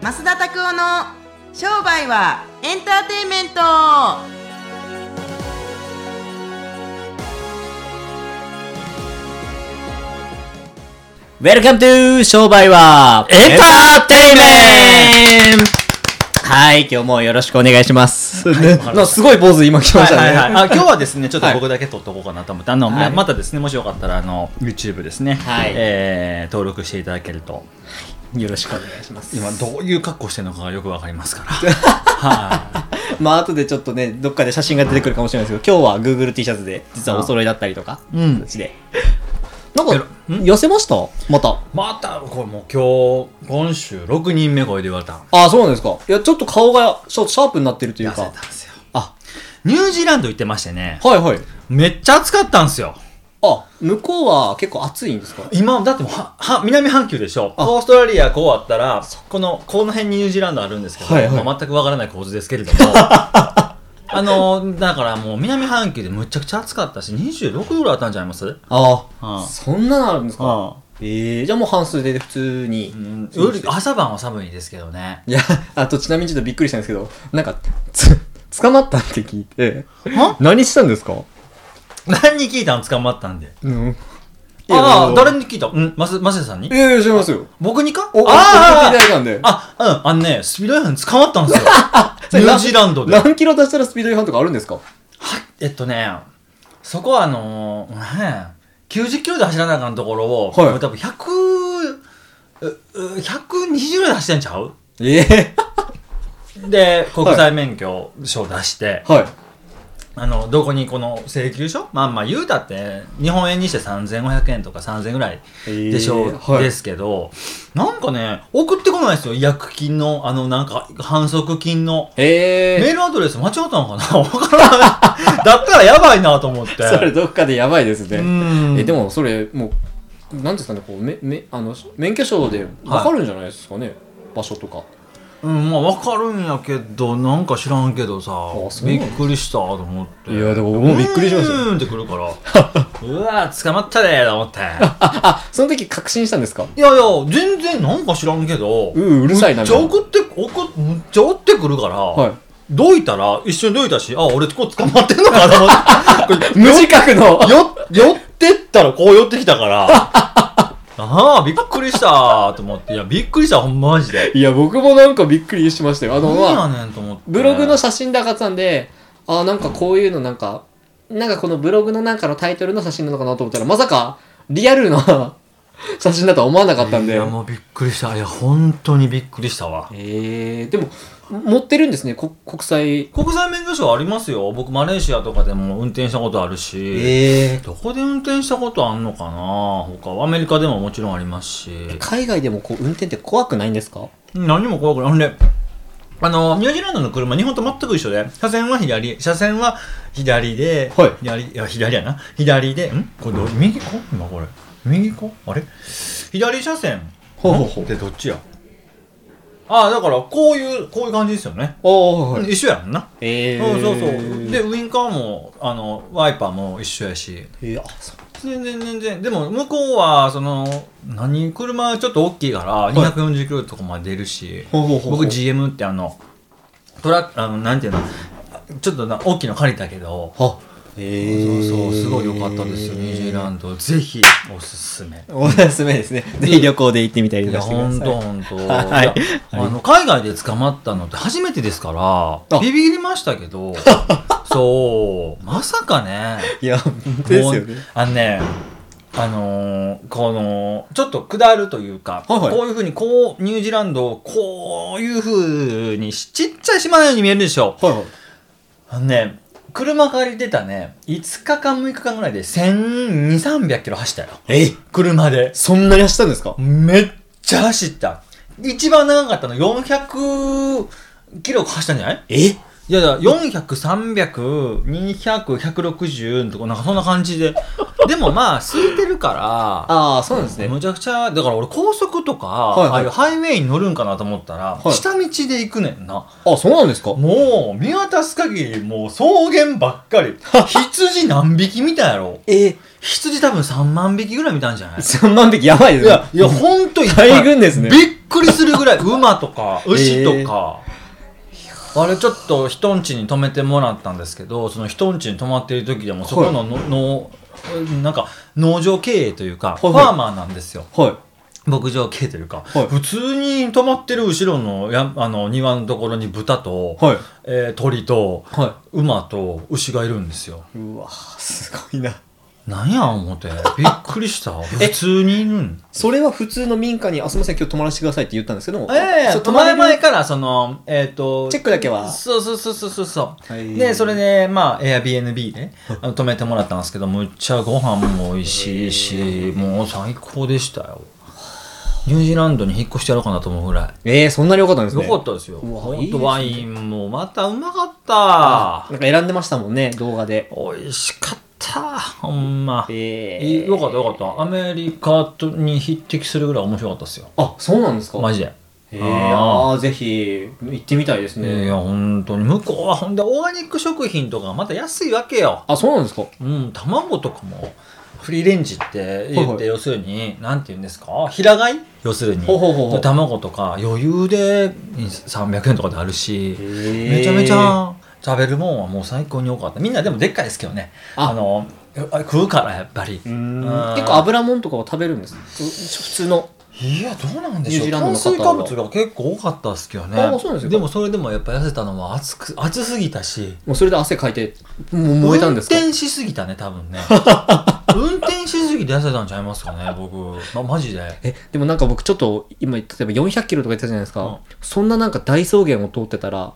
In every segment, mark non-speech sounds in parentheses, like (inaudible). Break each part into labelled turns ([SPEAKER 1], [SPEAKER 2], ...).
[SPEAKER 1] 増田拓夫の商売はエンターテインメント
[SPEAKER 2] ウェルカムトゥー商売は
[SPEAKER 3] エンターテイメント
[SPEAKER 2] はい、今日もよろしくお願いします。 (laughs)
[SPEAKER 3] なすごい坊主今来ましたね。
[SPEAKER 4] はいはいはい、あ今日はですね、ちょっと僕だけ撮っておこうかなと思って、あの、ままたですね、もしよかったら、あの、YouTube ですね、
[SPEAKER 2] はい
[SPEAKER 4] えー登録していただけると、
[SPEAKER 2] よろしくお願いします。
[SPEAKER 4] 今、どういう格好してるのかがよくわかりま
[SPEAKER 2] (laughs)
[SPEAKER 4] すから。はい
[SPEAKER 2] まあ、後でちょっとね、どっかで写真が出てくるかもしれないですけど、今日は Google T シャツで、実はお揃いだったりとか、
[SPEAKER 3] うん
[SPEAKER 2] 形で。なんか、寄せましたまた。
[SPEAKER 4] また、これもう今日、今週6人目超えで言われた。
[SPEAKER 2] ああ、そうなんですか。いや、ちょっと顔がシャシャープになってるという
[SPEAKER 4] 痩せ
[SPEAKER 2] か
[SPEAKER 4] たん。ですよ。
[SPEAKER 2] あ、
[SPEAKER 4] ニュージーランド行ってましてね、
[SPEAKER 2] はいはい。
[SPEAKER 4] めっちゃ暑かったんですよ。
[SPEAKER 2] あ、向こうは結構暑いんですか
[SPEAKER 4] 今、だってもうは、は、南半球でしょ。
[SPEAKER 2] あ
[SPEAKER 4] オーストラリアこうあったら、この、この辺にニュージーランドあるんですけど、
[SPEAKER 2] はいはい
[SPEAKER 4] まあ全くわからない構図ですけ
[SPEAKER 2] (laughs)
[SPEAKER 4] れども。あの、だからもう南半球でむちゃくちゃ暑かったし、26度ぐらいあったんじゃないますうん。
[SPEAKER 2] あ
[SPEAKER 4] あ
[SPEAKER 2] あ、
[SPEAKER 4] あ
[SPEAKER 2] そんなのあるんですかええじゃあもう半数で普通に。
[SPEAKER 4] 夜朝晩は寒いですけどね。
[SPEAKER 2] いや、あとちなみにちょっとびっくりしたんですけど、なんか、つ、捕まったって聞いて、
[SPEAKER 4] は
[SPEAKER 2] 何したんですか
[SPEAKER 4] 何に聞いたん捕まったんで。
[SPEAKER 2] うん。
[SPEAKER 4] ああ、誰に聞いたうん、マス、マセさんに
[SPEAKER 2] いやいや、知りますよ。
[SPEAKER 4] 僕にか
[SPEAKER 2] おお送
[SPEAKER 4] あ
[SPEAKER 2] っていただいたんで
[SPEAKER 4] ああ、あ、うん、あのね、スピード違反捕まったんですよ。
[SPEAKER 2] (laughs)
[SPEAKER 4] ニュージーランドで。
[SPEAKER 2] 何キロ出したらスピード違反とかあるんですか
[SPEAKER 4] はえっとねそこはあのー、ね90キロで走らなあかんところを、
[SPEAKER 2] はい
[SPEAKER 4] もう多分100うう120ぐらいで走ってんちゃう
[SPEAKER 2] ええ
[SPEAKER 4] で国際免許証出して、
[SPEAKER 2] はい。
[SPEAKER 4] あのどこにこの請求書まあまあ言うたって日本円にして3500円とか3000円ぐらいでしょう、
[SPEAKER 2] えーはい
[SPEAKER 4] ですけどなんかね送ってこないですよ違約金のあのなんか反則金の
[SPEAKER 2] え
[SPEAKER 4] メールアドレス間違ったのかな (laughs) わからないだったらやばいなと思って
[SPEAKER 2] えそれどっかでやばいですね。
[SPEAKER 4] うん
[SPEAKER 2] え、でもそれ、もう、なんですかね、こう、め、め、あの、免許証でわかるんじゃないですかね、場所とか。
[SPEAKER 4] うん、まあ分かるんやけどなんか知らんけどさ
[SPEAKER 2] そうなん
[SPEAKER 4] びっ
[SPEAKER 2] だ
[SPEAKER 4] くりしたと思って
[SPEAKER 2] いやでも僕もびっくりしましたよ
[SPEAKER 4] うーんってくる
[SPEAKER 2] (laughs)
[SPEAKER 4] からうわ捕まったでと思っていや
[SPEAKER 2] あ、その時確信したんですか
[SPEAKER 4] いや全然なんか知らんけど
[SPEAKER 2] うううるさいな
[SPEAKER 4] め
[SPEAKER 2] み
[SPEAKER 4] っちゃ
[SPEAKER 2] たいな。
[SPEAKER 4] 送って送っむっちゃ追ってくるから、
[SPEAKER 2] はい。
[SPEAKER 4] どいたら一緒にどいたしあ俺こう捕まってんのかなと思って (laughs) こ
[SPEAKER 2] 無自覚の。
[SPEAKER 4] れよ寄ってったらこう寄ってきたからああびっくりしたと思っていやびっくりしたほんまマジ
[SPEAKER 2] (laughs)
[SPEAKER 4] で
[SPEAKER 2] いや、僕もなんかびっくりしましたよ。あの、まあ、
[SPEAKER 4] 何やねんと思って
[SPEAKER 2] ブログの写真で上がってたんで、あーなんかこういうのなんか、なんかこのブログのなんかのタイトルの写真なのかなと思ったら、まさかリアルな (laughs) 写真だとは思わなかったん
[SPEAKER 4] い
[SPEAKER 2] で
[SPEAKER 4] や。もうびっくりしたいや本当にびっくりしたわ
[SPEAKER 2] えー、でも、持ってるんですね、こ国際。
[SPEAKER 4] 国際免許証ありますよ僕マレーシアとかでも運転したことあるし、
[SPEAKER 2] え
[SPEAKER 4] どこで運転したことあんのかな他はアメリカでももちろんありますし
[SPEAKER 2] 海外でもこう運転って怖くないんですか
[SPEAKER 4] 何も怖くないほんであのニュージーランドの車日本と全く一緒で車線は左車線は左で、
[SPEAKER 2] はい
[SPEAKER 4] 左いや左やな左でんこれど右か今これ右かあれ左車線
[SPEAKER 2] ほうほうほう
[SPEAKER 4] でどっちやああだからこういうこういう感じですよね
[SPEAKER 2] おー、はい。
[SPEAKER 4] 一緒やんな、
[SPEAKER 2] え
[SPEAKER 4] うん
[SPEAKER 2] ー、
[SPEAKER 4] そうそうでウインカーもあのワイパーも一緒やし
[SPEAKER 2] えー、あ、そう。
[SPEAKER 4] 全然全然でも向こうはその何車ちょっと大きいから240キロとかまで出るし、
[SPEAKER 2] ほうほうほう
[SPEAKER 4] 僕 GM ってあのトラックあのなんていうのちょっとな大きいの借りたけど
[SPEAKER 2] あ、えー、
[SPEAKER 4] そうそうすごい良かったですよニュージーランドぜひおすすめ
[SPEAKER 2] おすすめですね。ぜひ旅行で行ってみたり
[SPEAKER 4] い
[SPEAKER 2] と
[SPEAKER 4] や
[SPEAKER 2] かしてくだ
[SPEAKER 4] ほん
[SPEAKER 2] さい。
[SPEAKER 4] とほん (laughs) と
[SPEAKER 2] はい
[SPEAKER 4] いやあの海外で捕まったのって初めてですから
[SPEAKER 2] あ
[SPEAKER 4] ビビりましたけ
[SPEAKER 2] (laughs)
[SPEAKER 4] どそうまさかね
[SPEAKER 2] いや、本当ですよ
[SPEAKER 4] もう
[SPEAKER 2] ね。
[SPEAKER 4] あのねあのーこのちょっと下るというか、
[SPEAKER 2] はいはい
[SPEAKER 4] こういうふうにこうニュージーランドをこういうふうにしちっちゃい島のように見えるでしょ
[SPEAKER 2] はいはい。
[SPEAKER 4] あのね車借りてたね5日間6日間ぐらいで1200300キロ走ったよ
[SPEAKER 2] えい
[SPEAKER 4] 車で
[SPEAKER 2] そんなに走ったんですか
[SPEAKER 4] めっちゃ走った一番長かったの400キロ走ったんじゃない
[SPEAKER 2] え
[SPEAKER 4] いやだ、400、300、200、160とか、なんかそんな感じで。でもまあ、空いてるか
[SPEAKER 2] ああ、そうなんです
[SPEAKER 4] ら、
[SPEAKER 2] ね。
[SPEAKER 4] むちゃくちゃ、だから俺高速とか、
[SPEAKER 2] はいはい
[SPEAKER 4] ああいうハイウェイに乗るんかなと思ったら、
[SPEAKER 2] はい
[SPEAKER 4] 下道で行くねんな。
[SPEAKER 2] あ、そうなんですか
[SPEAKER 4] もう、見渡す限り、もう草原ばっ
[SPEAKER 2] (laughs)
[SPEAKER 4] かり。羊何匹見たやろ
[SPEAKER 2] えー、
[SPEAKER 4] 羊多分3万匹ぐらい見たんじゃない
[SPEAKER 2] 3万匹やばいです
[SPEAKER 4] い
[SPEAKER 2] ね。 (laughs)
[SPEAKER 4] や、いや、ほんといっぱい
[SPEAKER 2] 大群ですね
[SPEAKER 4] びっくりするぐ
[SPEAKER 2] (laughs)
[SPEAKER 4] らい馬とか牛とか、あれちょっと人んちに泊めてもらったんですけどその人んちに泊まってる時でもそこのののなんか農場経営というか、
[SPEAKER 2] はい
[SPEAKER 4] フ
[SPEAKER 2] はい
[SPEAKER 4] ァーマーなんですよ。
[SPEAKER 2] は
[SPEAKER 4] 牧場系というか、
[SPEAKER 2] はい
[SPEAKER 4] 普通に泊まってる後ろのやあの庭のところに豚と、
[SPEAKER 2] い。はい。
[SPEAKER 4] えー鳥と、
[SPEAKER 2] は
[SPEAKER 4] 馬と牛がいるんですよ。
[SPEAKER 2] い。うわぁすごいな。
[SPEAKER 4] なんや思ってびっく
[SPEAKER 2] (laughs)
[SPEAKER 4] りした。普通にいるん。
[SPEAKER 2] それは普通の民家に、あ、すみません、今日泊まらせてくださいって言ったんですけども。
[SPEAKER 4] ええ
[SPEAKER 2] そう
[SPEAKER 4] 泊まる前
[SPEAKER 2] る
[SPEAKER 4] からそのえっ、と
[SPEAKER 2] チェックだけは。
[SPEAKER 4] そうそうそうそうそうそう、
[SPEAKER 2] はい
[SPEAKER 4] でそれでまあ Airbnb であの泊めてもらったんですけどむっちゃご飯も美味しいしもう最高でしたよニュージーランドに引っ越してやろうかなと思うぐら
[SPEAKER 2] ええそんなに良かったんで
[SPEAKER 4] い
[SPEAKER 2] すね。
[SPEAKER 4] よかったですよ
[SPEAKER 2] うわ
[SPEAKER 4] ほ
[SPEAKER 2] いい
[SPEAKER 4] ん
[SPEAKER 2] です
[SPEAKER 4] と
[SPEAKER 2] ね
[SPEAKER 4] ワインもまたうまかっ
[SPEAKER 2] なんか選んでましたもんね、動画で。
[SPEAKER 4] た美味しかったほんま、
[SPEAKER 2] ええ
[SPEAKER 4] いいよかったよかったアメリカとに匹敵するぐらい面白かったですよ
[SPEAKER 2] あ、そうなんですか。
[SPEAKER 4] マジで
[SPEAKER 2] ええああ、ぜひ、行ってみたいですね。
[SPEAKER 4] いや本当に向こうはほんでオーガニック食品とかまた安いわけよ、
[SPEAKER 2] あ、そうなんですか。
[SPEAKER 4] うん、卵とかもフリーレンジって言
[SPEAKER 2] はい
[SPEAKER 4] って、
[SPEAKER 2] はい
[SPEAKER 4] 要するになんて言うんですか平飼い要するに
[SPEAKER 2] ほうほうほうほう
[SPEAKER 4] 卵とか余裕で300円とかであるし、め
[SPEAKER 2] め
[SPEAKER 4] ちゃめち。ゃ食べるもんはもう最高に良かったみんなでもでっかいですけどねあ
[SPEAKER 2] あ
[SPEAKER 4] のあ食うからやっぱり、
[SPEAKER 2] うー
[SPEAKER 4] うん
[SPEAKER 2] ん結構油もんとかは食べるんですう普通の
[SPEAKER 4] いやどうなんで
[SPEAKER 2] ニュージーランド
[SPEAKER 4] 炭
[SPEAKER 2] の方は
[SPEAKER 4] 水化物が結構多かったですけどね
[SPEAKER 2] あそうなんですよ
[SPEAKER 4] でもそれでもやっぱ痩せたのは暑く暑すぎたし
[SPEAKER 2] もうそれで汗かいてもう燃えたんですか
[SPEAKER 4] 運転しすぎたね多分ね (laughs) 運転しすぎて痩せたんちゃいますかね僕、ま、マジで
[SPEAKER 2] えでもなんか僕ちょっと今例えば400キロとか言ってたじゃないですか、
[SPEAKER 4] うん
[SPEAKER 2] そんななんか大草原を通ってたら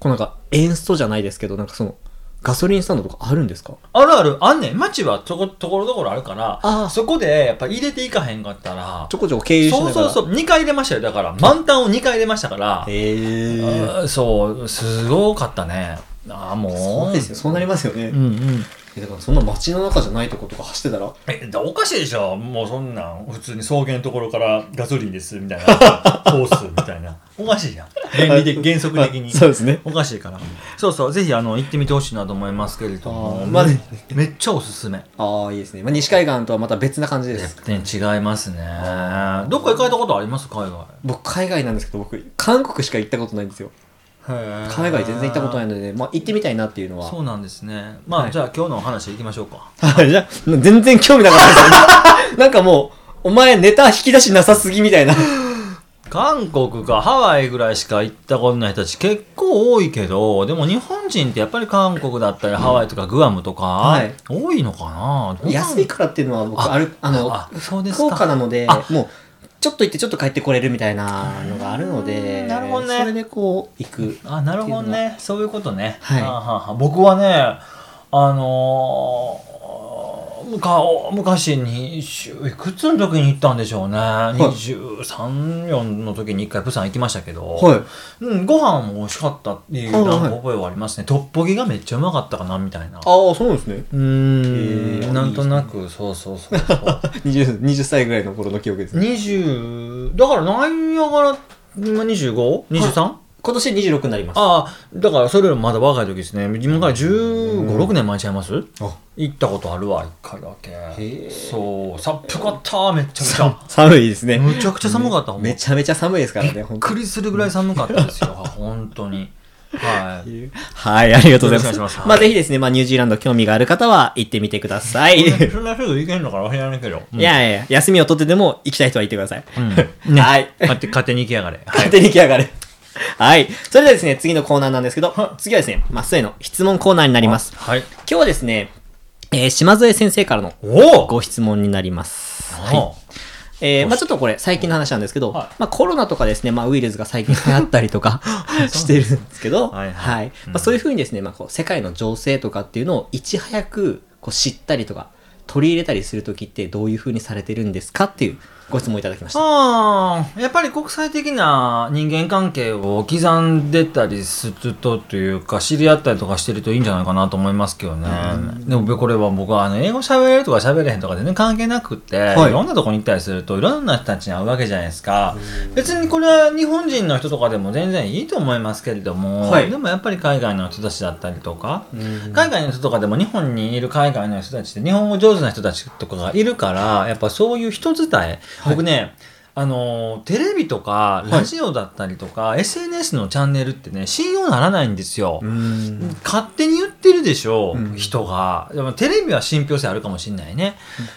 [SPEAKER 2] こうなんかエンストじゃないですけどなんかそのガソリンスタンドとかあるんですか
[SPEAKER 4] あるあるあんねん街はとこところどころあるから
[SPEAKER 2] ああ
[SPEAKER 4] そこでやっぱ入れていかへんかったら
[SPEAKER 2] ちょこちょこ経由しなが
[SPEAKER 4] そう
[SPEAKER 2] ら
[SPEAKER 4] そうそうう2回入れましたよだから満タンを2回入れましたから、
[SPEAKER 2] へえ
[SPEAKER 4] あーそうすごかったねああもう
[SPEAKER 2] そうですよそうなりますよね、
[SPEAKER 4] うんうん
[SPEAKER 2] えだからそんな街の中じゃないとことか走ってたら
[SPEAKER 4] えだおかしいでしょもうそんなん普通に草原のところからガソリンですみたいな (laughs) コースみたいなおかしいやん原理
[SPEAKER 2] (laughs)
[SPEAKER 4] 的原則的に
[SPEAKER 2] そうです
[SPEAKER 4] (laughs)
[SPEAKER 2] ね
[SPEAKER 4] おかしいからそうそうぜひあの行ってみてほしいなと思いますけれど
[SPEAKER 2] あ
[SPEAKER 4] も
[SPEAKER 2] ーまあね
[SPEAKER 4] めっちゃおすすめ
[SPEAKER 2] ああいいですね、まあ、西海岸とはまた別な感じです
[SPEAKER 4] 全然違いますねどっか行かれたことあります海外
[SPEAKER 2] 僕海外なんですけど僕韓国しか行ったことないんですよ海外全然行ったことない
[SPEAKER 4] い
[SPEAKER 2] ので、まあ、行ってみたいなっていうのは
[SPEAKER 4] そうなんですねまあ、
[SPEAKER 2] はい
[SPEAKER 4] じゃあ今日のお話行きましょうか
[SPEAKER 2] はい、じゃ (laughs) あ全然興味なかったですよ。 (laughs) なんかもう、お前ネタ引き出しなさすぎみ
[SPEAKER 4] (laughs)
[SPEAKER 2] たいな。
[SPEAKER 4] 韓国かハワイぐらいしか行ったことない人たち結構多いけどでも日本人ってやっぱり韓国だったりハワイとかグアムとか、
[SPEAKER 2] はい
[SPEAKER 4] 多いのかなどうなん
[SPEAKER 2] 安いからっていうのは僕、
[SPEAKER 4] あ
[SPEAKER 2] ある、あの、
[SPEAKER 4] あそうですか
[SPEAKER 2] 福岡なので
[SPEAKER 4] あ、
[SPEAKER 2] もう、ちょっと行ってちょっと帰ってこれるみたいなのがあるの
[SPEAKER 4] うー
[SPEAKER 2] で、
[SPEAKER 4] んなるほどね
[SPEAKER 2] それでこう、行く。
[SPEAKER 4] あなるほどねそういうことね、
[SPEAKER 2] はい
[SPEAKER 4] あはは僕はねあのーむか昔にいくつの時に行ったんでしょうね、234の時に一回プサン行きましたけど、
[SPEAKER 2] はい。
[SPEAKER 4] うん、ご飯も美味しかったっていう
[SPEAKER 2] はいはい
[SPEAKER 4] なんか覚えはありますね、トッポギがめっちゃうまかったかなみたいな
[SPEAKER 2] ああ、そうなんですね。
[SPEAKER 4] うー
[SPEAKER 2] へ
[SPEAKER 4] ん
[SPEAKER 2] ー
[SPEAKER 4] なんとなくそうそうそうそう
[SPEAKER 2] 20, 20歳ぐらいの頃の記憶ですね。
[SPEAKER 4] 20だからなんやから 25?23?、
[SPEAKER 2] 今年26になります。
[SPEAKER 4] ああだからそれよりもまだ若い時ですね自分から1 5 6年前ちゃいます
[SPEAKER 2] あ
[SPEAKER 4] 行ったことあるわ一回だけ
[SPEAKER 2] え
[SPEAKER 4] そうさっぷかっためっちゃくちゃ
[SPEAKER 2] 寒いですね。
[SPEAKER 4] むちゃくちゃ寒かったほんま
[SPEAKER 2] めちゃめちゃ寒いですからね、
[SPEAKER 4] び
[SPEAKER 2] 本
[SPEAKER 4] っ
[SPEAKER 2] 当
[SPEAKER 4] くりするぐらい寒かったで
[SPEAKER 2] (laughs)
[SPEAKER 4] すよ本当にはい
[SPEAKER 2] に。はい、ありがとうございま
[SPEAKER 4] よろしくお願いし
[SPEAKER 2] す。
[SPEAKER 4] ま
[SPEAKER 2] ますあ、ぜひですね、まあ、ニュージーランド興味がある方は行ってみてください。
[SPEAKER 4] そんなすぐ行けんのかな知らないけど、うん
[SPEAKER 2] いやいやいや、休みを取ってでも行きたい人は行ってください。
[SPEAKER 4] うんね
[SPEAKER 2] はい。
[SPEAKER 4] 勝手勝手に行きやがれはい
[SPEAKER 2] 勝手に行きやがれ。はい。それではですね、次のコーナーなんですけど、次はですね、まっすーへの質問コーナーになります。
[SPEAKER 4] はい
[SPEAKER 2] 今日はですね、えー島添先生からの
[SPEAKER 4] おお
[SPEAKER 2] ご質問になります。はい。
[SPEAKER 4] は
[SPEAKER 2] えーまあちょっとこれ最近の話なんですけど、
[SPEAKER 4] はい
[SPEAKER 2] まあコロナとかですね、まあウイルスが最近流行ったりと (laughs) かしてるんですけど、
[SPEAKER 4] は
[SPEAKER 2] はいい。
[SPEAKER 4] はい
[SPEAKER 2] まあそういうふうにですね、まあこう世界の情勢とかっていうのをいち早くこう知ったりとか、取り入れたりするときってどういうふうにされてるんですかっていうご質問いただきました。
[SPEAKER 4] あーやっぱり国際的な人間関係を刻んでたりするとというか知り合ったりとかしてるといいんじゃないかなと思いますけどね、でもこれは僕はあの英語喋れるとか喋れへんとか全然関係なくって、
[SPEAKER 2] はい
[SPEAKER 4] い、ろんなとこに行ったりするといろんな人たちに会うわけじゃないですか、別にこれは日本人の人とかでも全然いいと思いますけれども、
[SPEAKER 2] はい
[SPEAKER 4] でもやっぱり海外の人たちだったりとか、海外の人とかでも日本にいる海外の人たちって日本語上手な人たちとかがいるからやっぱそういう人伝え、僕ねあのテレビとかラジオだったりとか、SNS のチャンネルってね信用ならないんですよ、
[SPEAKER 2] うん
[SPEAKER 4] 勝手に言ってるでしょ、
[SPEAKER 2] うん
[SPEAKER 4] 人がでもテレビは信憑性あるかもしれないね、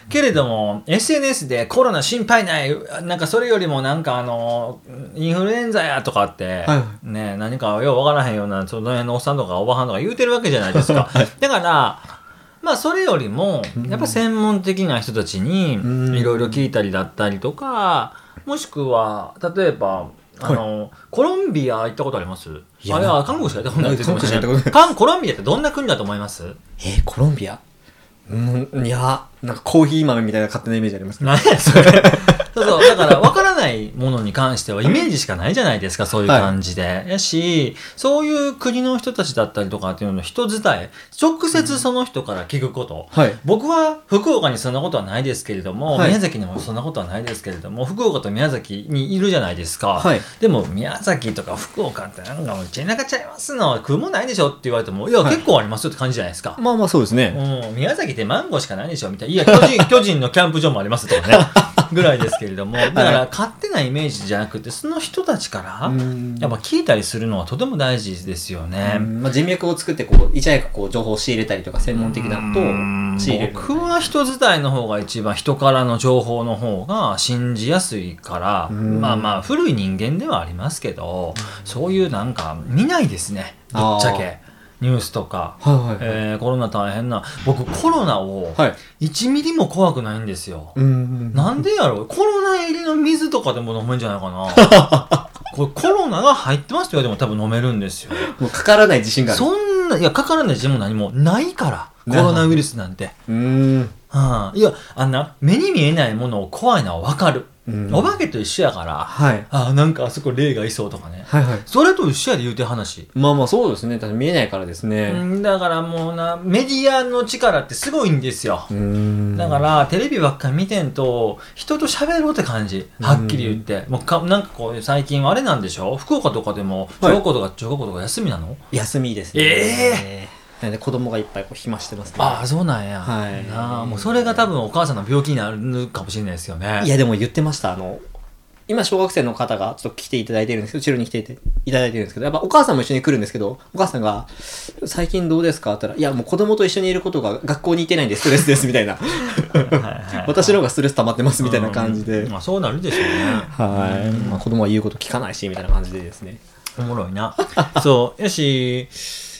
[SPEAKER 4] けれども SNS でコロナ心配ないなんかそれよりもなんかあのインフルエンザやとかって、
[SPEAKER 2] は
[SPEAKER 4] ね何かようわからへんようなその辺のおっさんとかおばはんとか言うてるわけじゃないですか、だからまあそれよりもやっぱ専門的な人たちに
[SPEAKER 2] うん
[SPEAKER 4] いろいろ聞いたりだったりとかもしくは例えばあの、コロンビア行ったことあります
[SPEAKER 2] いや
[SPEAKER 4] あれは韓国しか行ったことないですよね
[SPEAKER 2] 韓国しか行ったことない
[SPEAKER 4] 韓コロンビアってどんな国だと思います
[SPEAKER 2] えー、コロンビアうん、いや、なんかコーヒー豆みたいな勝手なイメージありますけど。
[SPEAKER 4] 何やそれそうそうだから分からないものに関してはイメージしかないじゃないですかそういう感じで、やしそういう国の人たちだったりとかっていうのの人伝え直接その人から聞くこと、
[SPEAKER 2] はい。
[SPEAKER 4] 僕は福岡にそんなことはないですけれども、
[SPEAKER 2] はい
[SPEAKER 4] 宮崎にもそんなことはないですけれども福岡と宮崎にいるじゃないですか、
[SPEAKER 2] はい
[SPEAKER 4] でも宮崎とか福岡ってなんかもう田舎ちゃいますの食うもんないでしょって言われてもいや、
[SPEAKER 2] はい
[SPEAKER 4] 結構ありますよって感じじゃないですか、
[SPEAKER 2] まあまあそうですね。
[SPEAKER 4] うん、宮崎ってマンゴーしかないでしょみたいな。いや、巨 (laughs) 人、巨人のキャンプ場もありますとかね。 (laughs) ぐらいですけれど (laughs) も。だから、勝手なイメージじゃなくて、その人たちから、
[SPEAKER 2] ん
[SPEAKER 4] やっぱ聞いたりするのはとても大事ですよね。
[SPEAKER 2] まあ、人脈を作ってこういち早くこう情報を仕入れたりとか専門的なこと
[SPEAKER 4] うん
[SPEAKER 2] を仕入れる
[SPEAKER 4] 僕は人伝いの方が一番人からの情報の方が信じやすいから
[SPEAKER 2] うん
[SPEAKER 4] まあまあ古い人間ではありますけどそういうなんか見ないですねぶっちゃけニュースとか、
[SPEAKER 2] はいはい、
[SPEAKER 4] えーコロナ大変な僕コロナを
[SPEAKER 2] はい
[SPEAKER 4] 1ミリも怖くないんですよ、
[SPEAKER 2] うん
[SPEAKER 4] なんでやろコロナ入りの水とかでも飲むんじゃないかな
[SPEAKER 2] (laughs)
[SPEAKER 4] これコロナが入ってますって言われても多分飲めるんですよ
[SPEAKER 2] もうかからない自信がある
[SPEAKER 4] そんないやかからない自分も何もないからコロナウイルスなんて
[SPEAKER 2] うーん
[SPEAKER 4] うんいや、あんな、目に見えないものを怖いのはわかる。
[SPEAKER 2] うん
[SPEAKER 4] お化けと一緒やから、
[SPEAKER 2] はい
[SPEAKER 4] あ、なんかあそこ霊がいそうとかね。
[SPEAKER 2] はいはい
[SPEAKER 4] それと一緒やで言うてる話。
[SPEAKER 2] まあまあそうですね確かに見えないからですね
[SPEAKER 4] うんだからもうな、メディアの力ってすごいんですよ。
[SPEAKER 2] ん
[SPEAKER 4] だから、テレビばっかり見てんと、人と喋ろうって感じ。はっきり言って。もうか、なんかこう、最近あれなんでしょ福岡とかでも、
[SPEAKER 2] はい
[SPEAKER 4] 小学校とか中学校とか休みなの、
[SPEAKER 2] 休みですね
[SPEAKER 4] え
[SPEAKER 2] なんで子供がいっぱいこう暇してますね
[SPEAKER 4] ああ、そうなんや。
[SPEAKER 2] はい
[SPEAKER 4] なあもうそれが多分お母さんの病気になるかもしれないですよね。
[SPEAKER 2] いやでも言ってましたあの今小学生の方がちょっと来ていただいてるんですけど治療に来ていただいてるんですけどやっぱお母さんも一緒に来るんですけどお母さんが「最近どうですか?」って言ったら「いやもう子供と一緒にいることが学校に行ってないんでストレスです」みたいな
[SPEAKER 4] はいはい
[SPEAKER 2] 私の方がストレス溜まってますみたいな感じで、
[SPEAKER 4] うんまあそうなるでしょうね。 (laughs)
[SPEAKER 2] はい、まあ、子供は言うこと聞かないしみたいな感じでですね
[SPEAKER 4] おもろいな。そう。やし、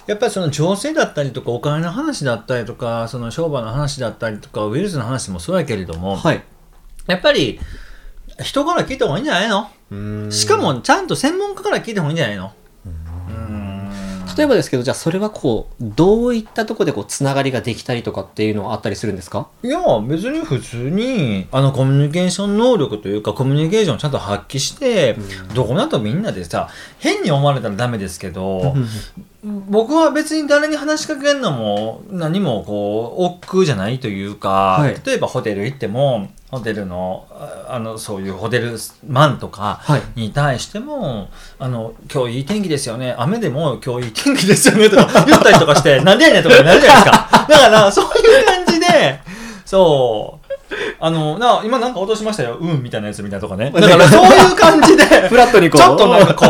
[SPEAKER 4] やっぱりその情勢だったりとか、お金の話だったりとか、その商売の話だったりとか、ウイルスの話もそうやけれども、
[SPEAKER 2] はい
[SPEAKER 4] やっぱり、人から聞いた方がいいんじゃないのしかも、ちゃんと専門家から聞いた方がいいんじゃないの
[SPEAKER 2] 例えばですけどじゃあそれはこうどういったとこでこうつながりができたりとかっていうのはあったりするんですか
[SPEAKER 4] いや、別に普通に、あの、コミュニケーション能力というか、コミュニケーションをちゃんと発揮して、どこなとみんなでさ、変に思われたらダメですけど、僕は別に誰に話しかけるのも、何もこう、億劫じゃないというか、
[SPEAKER 2] はい
[SPEAKER 4] 例えばホテル行っても、ホテルの、ああの、そういうホテルマンとか
[SPEAKER 2] はい
[SPEAKER 4] に対しても、あの、今日いい天気ですよね、雨でも今日いい天気ですよねとか言ったりとか
[SPEAKER 2] (laughs)
[SPEAKER 4] して、なんでやねんとかになるじゃないですか。だから、そういう感じで、そう。あの、な、今なんか落としましたよ。うん、みたいなやつみたいなとかね。だからそういう感じで、
[SPEAKER 2] フラットにこう
[SPEAKER 4] ちょっとなんかこ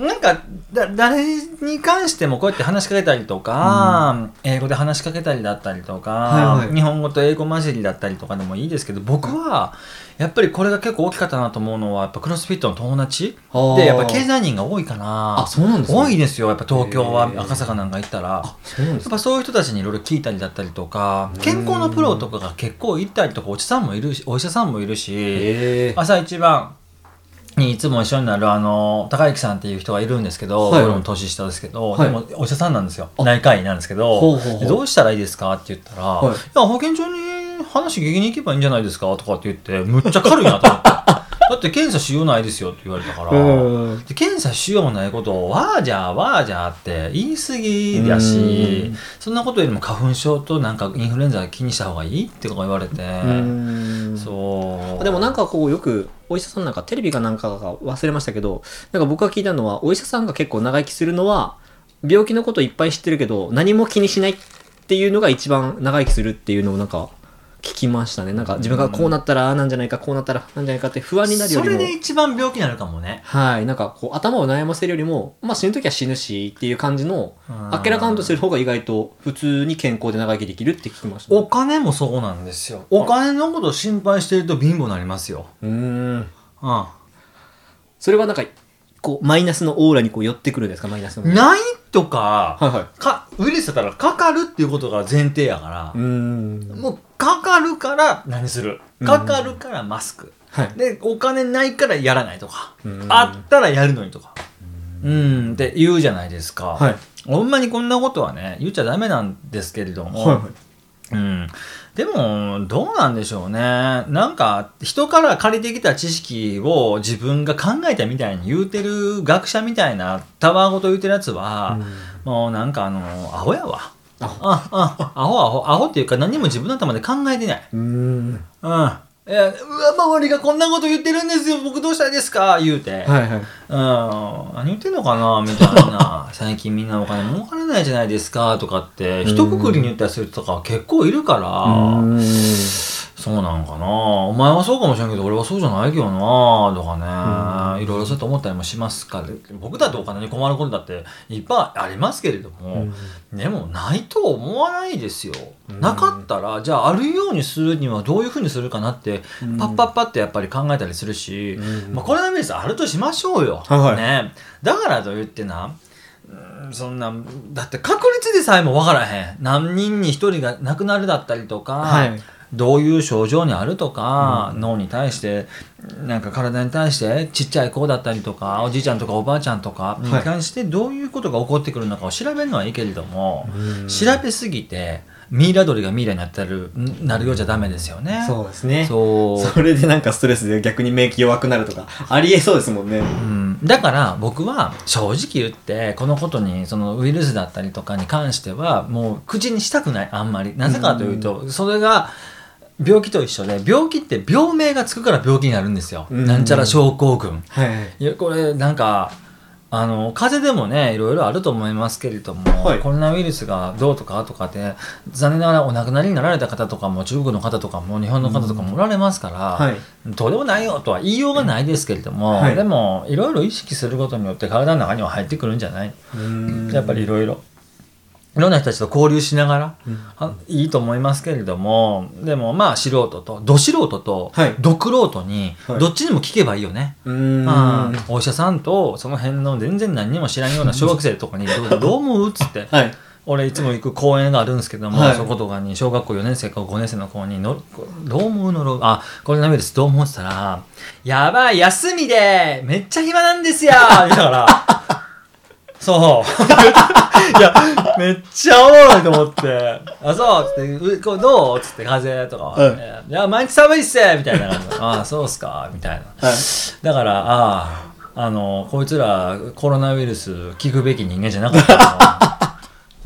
[SPEAKER 4] う、 (laughs) なんか、だ誰に関してもこうやって話しかけたりとか、英語で話しかけたりだったりとか、
[SPEAKER 2] はいはい
[SPEAKER 4] 日本語と英語混じりだったりとかでもいいですけど、僕は、やっぱりこれが結構大きかったなと思うのは、やっぱクロスフィットの友達
[SPEAKER 2] あー
[SPEAKER 4] で、やっぱ経済人が多いかな。
[SPEAKER 2] あそうなんですね
[SPEAKER 4] 多いですよ。やっぱ東京は
[SPEAKER 2] へー
[SPEAKER 4] 赤坂なんか行ったら。
[SPEAKER 2] そうなんで
[SPEAKER 4] やっ
[SPEAKER 2] す
[SPEAKER 4] ぱ
[SPEAKER 2] か
[SPEAKER 4] そういう人たちにいろいろ聞いたりだったりとか健康のプロとかが結構いたりとかおじさんもいるしお医者さんもいるし
[SPEAKER 2] え
[SPEAKER 4] 朝一番にいつも一緒になるあの高之さんっていう人がいるんですけど、
[SPEAKER 2] はい
[SPEAKER 4] 俺も年下ですけど、
[SPEAKER 2] はい
[SPEAKER 4] でもお医者さんなんですよ内科医なんですけど
[SPEAKER 2] ほうほうほう
[SPEAKER 4] でどうしたらいいですかって言ったら、
[SPEAKER 2] はい
[SPEAKER 4] い、や保健所に話聞きに行けばいいんじゃないですかとかって言ってむっちゃ軽いなと思って
[SPEAKER 2] (laughs)
[SPEAKER 4] だって検査しようないですよって言われたから。
[SPEAKER 2] うん
[SPEAKER 4] で検査しようもないことをわーじゃーわーじゃーって言い過ぎだし
[SPEAKER 2] うん
[SPEAKER 4] そんなことよりも花粉症となんかインフルエンザ気にした方がいいって言われて
[SPEAKER 2] うん
[SPEAKER 4] そう
[SPEAKER 2] でもなんかこうよくお医者さんなんかテレビかなんかが忘れましたけどなんか僕が聞いたのはお医者さんが結構長生きするのは病気のこといっぱい知ってるけど何も気にしないっていうのが一番長生きするっていうのをなんか聞きましたね。なんか自分がこうなったら、ああなんじゃないか、こうなったら、なんじゃないかって不安になるよ
[SPEAKER 4] そ
[SPEAKER 2] り
[SPEAKER 4] れ
[SPEAKER 2] も。
[SPEAKER 4] で一番病気になるかもね
[SPEAKER 2] はい。なんかこう頭を悩ませるよりも、まあ死ぬ時は死ぬしっていう感じの、
[SPEAKER 4] うん
[SPEAKER 2] あっけらかんとしてる方が意外と普通に健康で長生きできるって聞きました、
[SPEAKER 4] お金もそうなんですよお金のことを心配してると貧乏になりますよ
[SPEAKER 2] うーん。
[SPEAKER 4] うん
[SPEAKER 2] それはなんか、こう、マイナスのオーラにこう寄ってくるんですかマイナスの。
[SPEAKER 4] ないと
[SPEAKER 2] は
[SPEAKER 4] か
[SPEAKER 2] いは
[SPEAKER 4] かウイルスだったらかかるっていうことが前提やから
[SPEAKER 2] い。うーん。
[SPEAKER 4] もうかかるから何するかかるからマスク、
[SPEAKER 2] はい。
[SPEAKER 4] でお金ないからやらないとか、
[SPEAKER 2] うん
[SPEAKER 4] あったらやるのにとかうんって言うじゃないですか、
[SPEAKER 2] はい
[SPEAKER 4] ほんまにこんなことはね言っちゃダメなんですけれども、
[SPEAKER 2] はいはい
[SPEAKER 4] うん、でもどうなんでしょうねなんか人から借りてきた知識を自分が考えたみたいに言うてる学者みたいなたわごと言うてるやつは、もうなんかあのアホやわ。ああアホアホアホっていうか何も自分の頭で考えてない。
[SPEAKER 2] うーん。
[SPEAKER 4] うん。えうわ周りがこんなこと言ってるんですよ僕どうしたらいいですか言うて、
[SPEAKER 2] はいはい。
[SPEAKER 4] うん何言ってんのかなみたいな (laughs) 最近みんなお金儲からないじゃないですかとかって一括りに言ったりする人とか結構いるからそうなんかなお前はそうかもしれんけど俺はそうじゃないけどなとかねいろいろそうやって思ったりもしますから僕だってお金に困ることだっていっぱいありますけれども、でもないと思わないですよ、なかったらじゃああるようにするにはどういうふうにするかなってパッパッパってやっぱり考えたりするし、まあ、コロナウイルスあるとしましょうよ、
[SPEAKER 2] はいはい
[SPEAKER 4] ね、だからといってなうんそんなだって確率でさえも分からへん何人に1人が亡くなるだったりとか、
[SPEAKER 2] はい
[SPEAKER 4] どういう症状にあるとか、脳に対してなんか体に対してちっちゃい子だったりとかおじいちゃんとかおばあちゃんとかに関してどういうことが起こってくるのかを調べるのはいいけれども、調べすぎてミイラ取りがミイラになったるなるようじゃダメですよね。
[SPEAKER 2] そうですね。
[SPEAKER 4] そう
[SPEAKER 2] それでなんかストレスで逆に免疫弱くなるとか、ありえそうですもんね。
[SPEAKER 4] うんだから僕は正直言ってこのことにそのウイルスだったりとかに関してはもう口にしたくないあんまりなぜかというとそれが病気と一緒で病気って病名がつくから病気になるんですよ
[SPEAKER 2] うん
[SPEAKER 4] なんちゃら症候群
[SPEAKER 2] はいはい。
[SPEAKER 4] いやこれなんかあの風邪でもねいろいろあると思いますけれども、
[SPEAKER 2] はい
[SPEAKER 4] コロナウイルスがどうとかとかで残念ながらお亡くなりになられた方とかも中国の方とかも日本の方とかもおられますから、
[SPEAKER 2] はい。
[SPEAKER 4] どうでもないよとは言いようがないですけれども、
[SPEAKER 2] はい
[SPEAKER 4] でもいろいろ意識することによって体の中には入ってくるんじゃない、やっぱりいろいろいろんな人たちと交流しながら、あいいと思いますけれどもでもまあ素人とど素人と
[SPEAKER 2] はい
[SPEAKER 4] どくろうとに、
[SPEAKER 2] はい
[SPEAKER 4] どっちにも聞けばいいよね。
[SPEAKER 2] うーん。
[SPEAKER 4] ま
[SPEAKER 2] は
[SPEAKER 4] あお医者さんとその辺の全然何にも知らんような小学生とかに「どうどう思う?」っつって
[SPEAKER 2] い。
[SPEAKER 4] 俺いつも行く公園があるんですけども、
[SPEAKER 2] はい
[SPEAKER 4] そことかに小学校4年生か5年生の子にの「どう思うのろあコロナウイルスどう思う?」って言ったら「やばい休みでめっちゃ暇なんですよ」って言ったから (laughs) 「そう」いやめっちゃおもろいと思って「あそう」っつってう「これどう?」っつって「風邪」とか「
[SPEAKER 2] はい
[SPEAKER 4] いや毎日寒いっす」みたいな感じで「ああそうっすか」みたいな。
[SPEAKER 2] はい。 (laughs)
[SPEAKER 4] だからあああのこいつらコロナウイルス聞くべき人間じゃなかったな (laughs) あ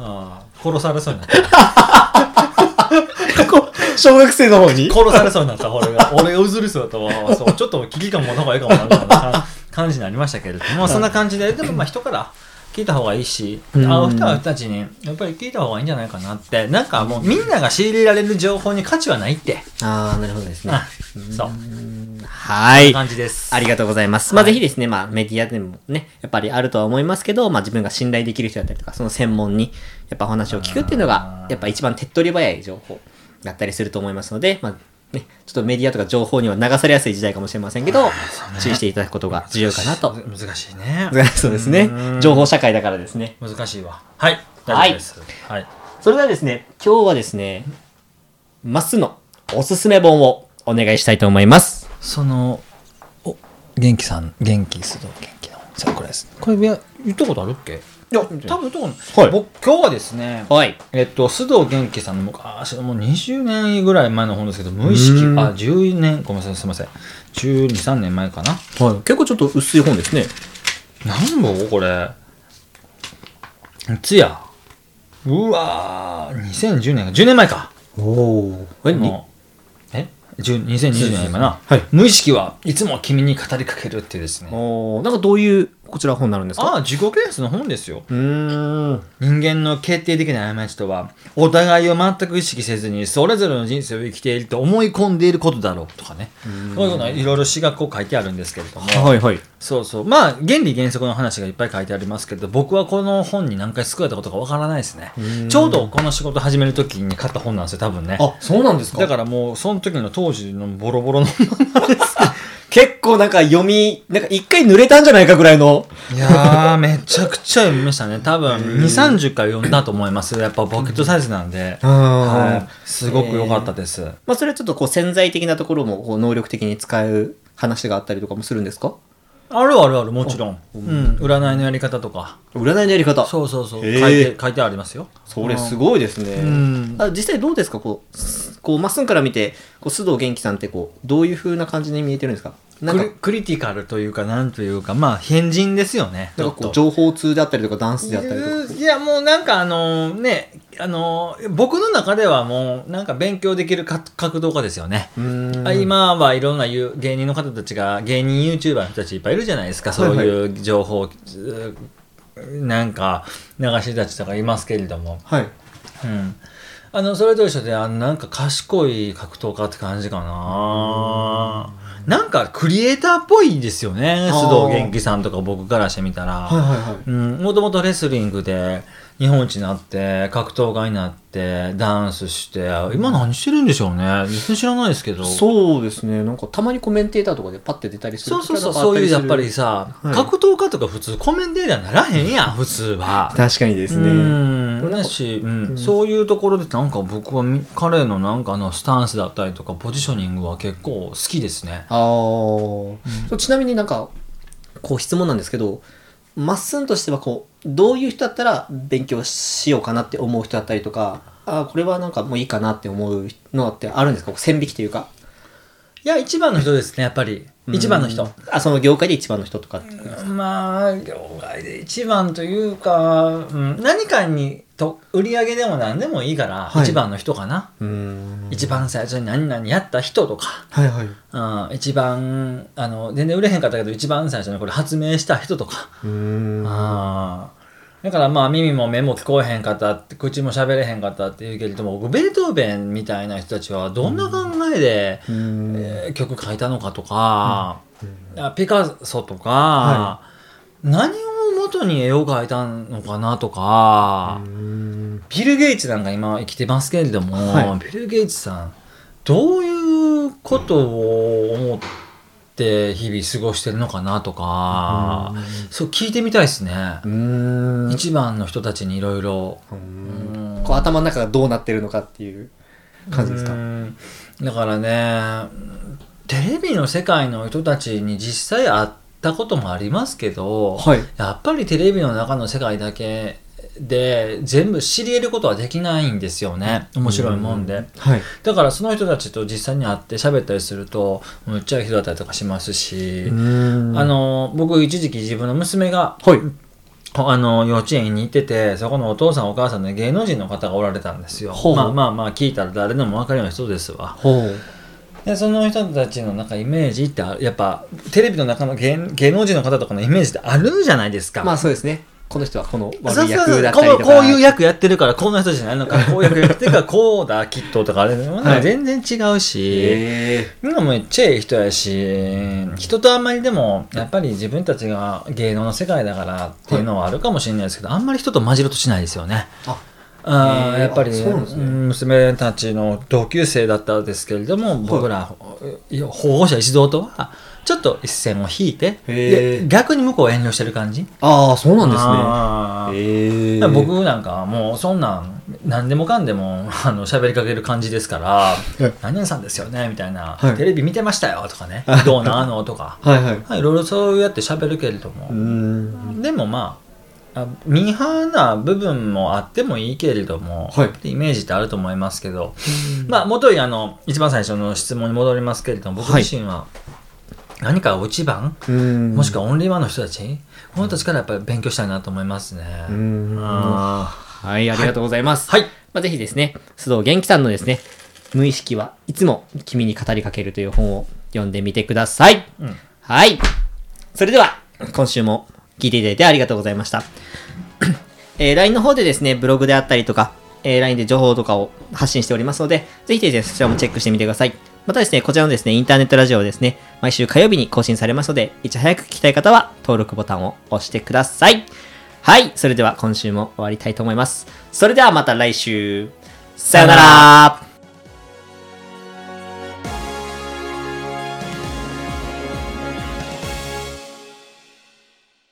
[SPEAKER 4] あ殺されそうになった
[SPEAKER 2] 小学生の方に
[SPEAKER 4] 殺されそうになった俺が俺がうずるそうだとそうちょっと危機感もの方がいいかもなみたいな感じになりましたけれどもそんな感じででもまあ人から聞いた方がいいし会う人は人たちにやっぱり聞いた方がいいんじゃないかなってなんかもうみんなが仕入れられる情報に価値はないって、
[SPEAKER 2] ああ、なるほどですね。
[SPEAKER 4] あそう
[SPEAKER 2] はい。
[SPEAKER 4] 感じです
[SPEAKER 2] ありがとうございます。まあ、ぜひですね、まあ、メディアでもね、やっぱりあるとは思いますけど、まあ、自分が信頼できる人だったりとか、その専門に、やっぱお話を聞くっていうのが、やっぱ一番手っ取り早い情報だったりすると思いますので、まあ、ね、ちょっとメディアとか情報には流されやすい時代かもしれませんけど、注意していただくことが重要かなと。
[SPEAKER 4] 難しいね
[SPEAKER 2] (laughs) そうですね。情報社会だからですね。
[SPEAKER 4] 難しいわはい大丈夫です、はい
[SPEAKER 2] それではですね、今日はですね、まっすーのおすすめ本をお願いしたいと思います。
[SPEAKER 4] そのお元気さん元気須藤元気のそれこれですこれいや言ったことあるっけいや多分言ったことない、
[SPEAKER 2] はい
[SPEAKER 4] 僕今日はですね
[SPEAKER 2] はい。
[SPEAKER 4] えっと須藤元気さんの昔のもう20年ぐらい前の本ですけど無意識
[SPEAKER 2] うん
[SPEAKER 4] あ10年ごめんなさいすいません1 2 3年前かな
[SPEAKER 2] はい、結構ちょっと薄い本ですね。
[SPEAKER 4] 何本これいつやうわー2010年か10年前か
[SPEAKER 2] おお。え、に
[SPEAKER 4] もうえ10 2020年今な、
[SPEAKER 2] はい
[SPEAKER 4] 無意識はいつも君に語りかけるっていうですね
[SPEAKER 2] おーなんかどういうこちら本になるんですか
[SPEAKER 4] ああ自己啓発の本ですよ
[SPEAKER 2] うーん
[SPEAKER 4] 人間の決定的な過ちとはお互いを全く意識せずにそれぞれの人生を生きていると思い込んでいることだろうとかねそういうのいろいろ詩がこう書いてあるんですけれども
[SPEAKER 2] はいはい
[SPEAKER 4] そうそうまあ原理原則の話がいっぱい書いてありますけど僕はこの本に何回救われたことかわからないですねちょうどこの仕事始める時に買った本なんですよ多分ね
[SPEAKER 5] あ、そうなんですか
[SPEAKER 4] だからもうその時の当時のボロボロの
[SPEAKER 2] 結構なんか読みなんか一回濡れたんじゃないかぐらいの
[SPEAKER 4] いやーめちゃくちゃ読みましたね多分2 3 0回読んだと思いますやっぱポケットサイズなんで、はい、すごく良かったです、
[SPEAKER 2] まあ、それはちょっとこう潜在的なところもこう能力的に使う話があったりとかもするんですか
[SPEAKER 4] あるあるあるもちろん、うん、占いのやり方とか
[SPEAKER 2] 占いのやり方
[SPEAKER 4] そうそうそう書
[SPEAKER 2] へー
[SPEAKER 4] いて書いてありますよ
[SPEAKER 2] それすごいですね、
[SPEAKER 4] ん
[SPEAKER 2] あ実際どうですかこうすこうまっすんから見てこう須藤元気さんってこうどういう風な感じに見えてるんですかなんか
[SPEAKER 4] クリクリティカルというかなんというかまあ変人ですよね
[SPEAKER 2] なんかこう
[SPEAKER 4] ちょ
[SPEAKER 2] 情
[SPEAKER 4] っと
[SPEAKER 2] 報通であったりとかダンスであったりとか
[SPEAKER 4] いやもうなんかあのねあの僕の中ではもうなんか勉強できるか格闘家ですよね
[SPEAKER 2] うーん
[SPEAKER 4] あ今はいろんな有芸人の方たちが芸人 YouTuber の人たちいっぱいいるじゃないですかそういう情報、ずなんか流し立ちとかいますけれども、
[SPEAKER 2] はい
[SPEAKER 4] うん、あのそれと一緒であなんか賢い格闘家って感じかななんかクリエイターっぽいですよね
[SPEAKER 2] あー
[SPEAKER 4] 須藤元気さんとか僕からしてみたら。
[SPEAKER 2] はいはいはい
[SPEAKER 4] うん、もともとレスリングで日本一になって格闘家になってダンスして今何してるんでしょうね全然知らないですけど
[SPEAKER 2] そうですねなんかたまにコメンテーターとかでパッて出たりする
[SPEAKER 4] そうそうそう、
[SPEAKER 2] 機会と
[SPEAKER 4] そう
[SPEAKER 2] かあ
[SPEAKER 4] いう
[SPEAKER 2] た
[SPEAKER 4] やっぱ
[SPEAKER 2] す
[SPEAKER 4] り
[SPEAKER 2] る
[SPEAKER 4] さ、
[SPEAKER 2] はい
[SPEAKER 4] 格闘家とか普通コメンテーターにならへんやん、普通は。
[SPEAKER 2] 確かにです
[SPEAKER 4] う
[SPEAKER 2] ね
[SPEAKER 4] んだし、うんそういうところでなんか僕はみ彼のなんかあのスタンスだったりとかポジショニングは結構好きですね。
[SPEAKER 2] あーそうちなみになんかこう質問なんですけどまっすんとしてはこうどういう人だったら勉強しようかなって思う人だったりとかあーこれはなんかもういいかなって思うのってあるんですかこう線引きというか
[SPEAKER 4] いや一番の人ですねやっぱり一番の人。
[SPEAKER 2] あその業界で一番の人とかって
[SPEAKER 4] まあ業界で一番というか、うん、何かにと売り上げでも何でもいいから、
[SPEAKER 2] はい
[SPEAKER 4] 一番の人かな、
[SPEAKER 2] うん
[SPEAKER 4] 一番最初に何々やった人とか。
[SPEAKER 2] はいはい
[SPEAKER 4] うん、一番あの全然売れへんかったけど一番最初にこれ発明した人とか、
[SPEAKER 2] うん
[SPEAKER 4] あーだからまあ耳も目も聞こえへんかったって口も喋れへんかったって言うけれども僕ベートーベンみたいな人たちはどんな考えで、えー曲書いたのかとか、あピカソとか、
[SPEAKER 2] は
[SPEAKER 4] 何を元に絵を描いたのかなとか、ビル・ゲイツなんか今生きてますけれども、
[SPEAKER 2] は
[SPEAKER 4] ビル・ゲイツさんどういうことを思って日々過ごしてるのかなとか、そう聞いてみたいですね
[SPEAKER 2] う、ん
[SPEAKER 4] 一番の人たちにいろいろ。うん
[SPEAKER 2] こう頭の中がどうなってるのかっていう感じです
[SPEAKER 4] う
[SPEAKER 2] か
[SPEAKER 4] んだからねテレビの世界の人たちに実際会ったこともありますけど、
[SPEAKER 2] はい
[SPEAKER 4] やっぱりテレビの中の世界だけで全部知り得ることはできないんですよね面白いもんで、
[SPEAKER 2] はい
[SPEAKER 4] だからその人たちと実際に会って喋ったりするとむっちゃい人だったりとかしますし、あ
[SPEAKER 2] あ
[SPEAKER 4] の僕一時期自分の娘が
[SPEAKER 2] はい
[SPEAKER 4] あの幼稚園に行っててそこのお父さんお母さんで芸能人の方がおられたんですよ
[SPEAKER 2] ほう
[SPEAKER 4] まあまあまあ聞いたら誰でも分かるような人ですわ
[SPEAKER 2] ほう
[SPEAKER 4] でその人たちのなんかイメージってあやっぱテレビの中の芸芸能人の方とかのイメージってあるじゃないですか
[SPEAKER 2] まあそうですねこの人はこの悪
[SPEAKER 4] そう
[SPEAKER 2] い
[SPEAKER 4] そうそう
[SPEAKER 2] 役だっ
[SPEAKER 4] こ
[SPEAKER 2] たり
[SPEAKER 4] の
[SPEAKER 2] とか
[SPEAKER 4] こういう役やってるからこんな人じゃないのか (laughs) こういう役やってるからこうだきっととかあれ、
[SPEAKER 2] い
[SPEAKER 4] 全然違うし、
[SPEAKER 2] ええ
[SPEAKER 4] 今もめっちゃいい人やし人とあんまりでもやっぱり自分たちが芸能の世界だからっていうのはあるかもしれないですけど、あんまり人と混じろうとしないですよね。
[SPEAKER 2] あへ
[SPEAKER 4] あー
[SPEAKER 2] ー
[SPEAKER 4] やっぱり、
[SPEAKER 2] あそうなんですね
[SPEAKER 4] うん娘たちの同級生だったんですけれども僕らいや保護者一同とはちょっと一線を引いて
[SPEAKER 2] へー
[SPEAKER 4] で逆に向こうを遠慮してる感じ
[SPEAKER 2] ああそうなんですね
[SPEAKER 4] あー
[SPEAKER 2] ええ
[SPEAKER 4] だから僕なんかはもうそんなん何でもかんでもあの喋りかける感じですから
[SPEAKER 2] はい
[SPEAKER 4] 「何々さんですよね」みたいな、
[SPEAKER 2] はい
[SPEAKER 4] テレビ見てましたよ」とかね「どうなの?」とか、
[SPEAKER 2] はいはい
[SPEAKER 4] はい、いろいろそうやって喋るけれども、
[SPEAKER 2] ん
[SPEAKER 4] でもまああミーハーな部分もあってもいいけれども、
[SPEAKER 2] はい
[SPEAKER 4] ってイメージってあると思いますけど、まあもといあの一番最初の質問に戻りますけれども僕自身は何かを一番、
[SPEAKER 2] うん
[SPEAKER 4] もしくはオンリーワンの人たちこの人たちからやっぱり勉強したいなと思いますね。
[SPEAKER 2] うん
[SPEAKER 4] あー
[SPEAKER 2] はいありがとうございます
[SPEAKER 4] はい。
[SPEAKER 2] まあ、ぜひですね、須藤元気さんのですね、無意識はいつも君に語りかけるという本を読んでみてください。
[SPEAKER 4] うん
[SPEAKER 2] はい。それでは、今週も聞いていただいてありがとうございました。 (clears throat) えー LINE の方でですね、ブログであったりとか、えー LINE で情報とかを発信しておりますので、ぜひですね、そちらもチェックしてみてください。またですね、こちらのですね、インターネットラジオをですね、毎週火曜日に更新されますので、いち早く聞きたい方は、登録ボタンを押してください。はい、それでは今週も終わりたいと思います。それではまた来週。さよなら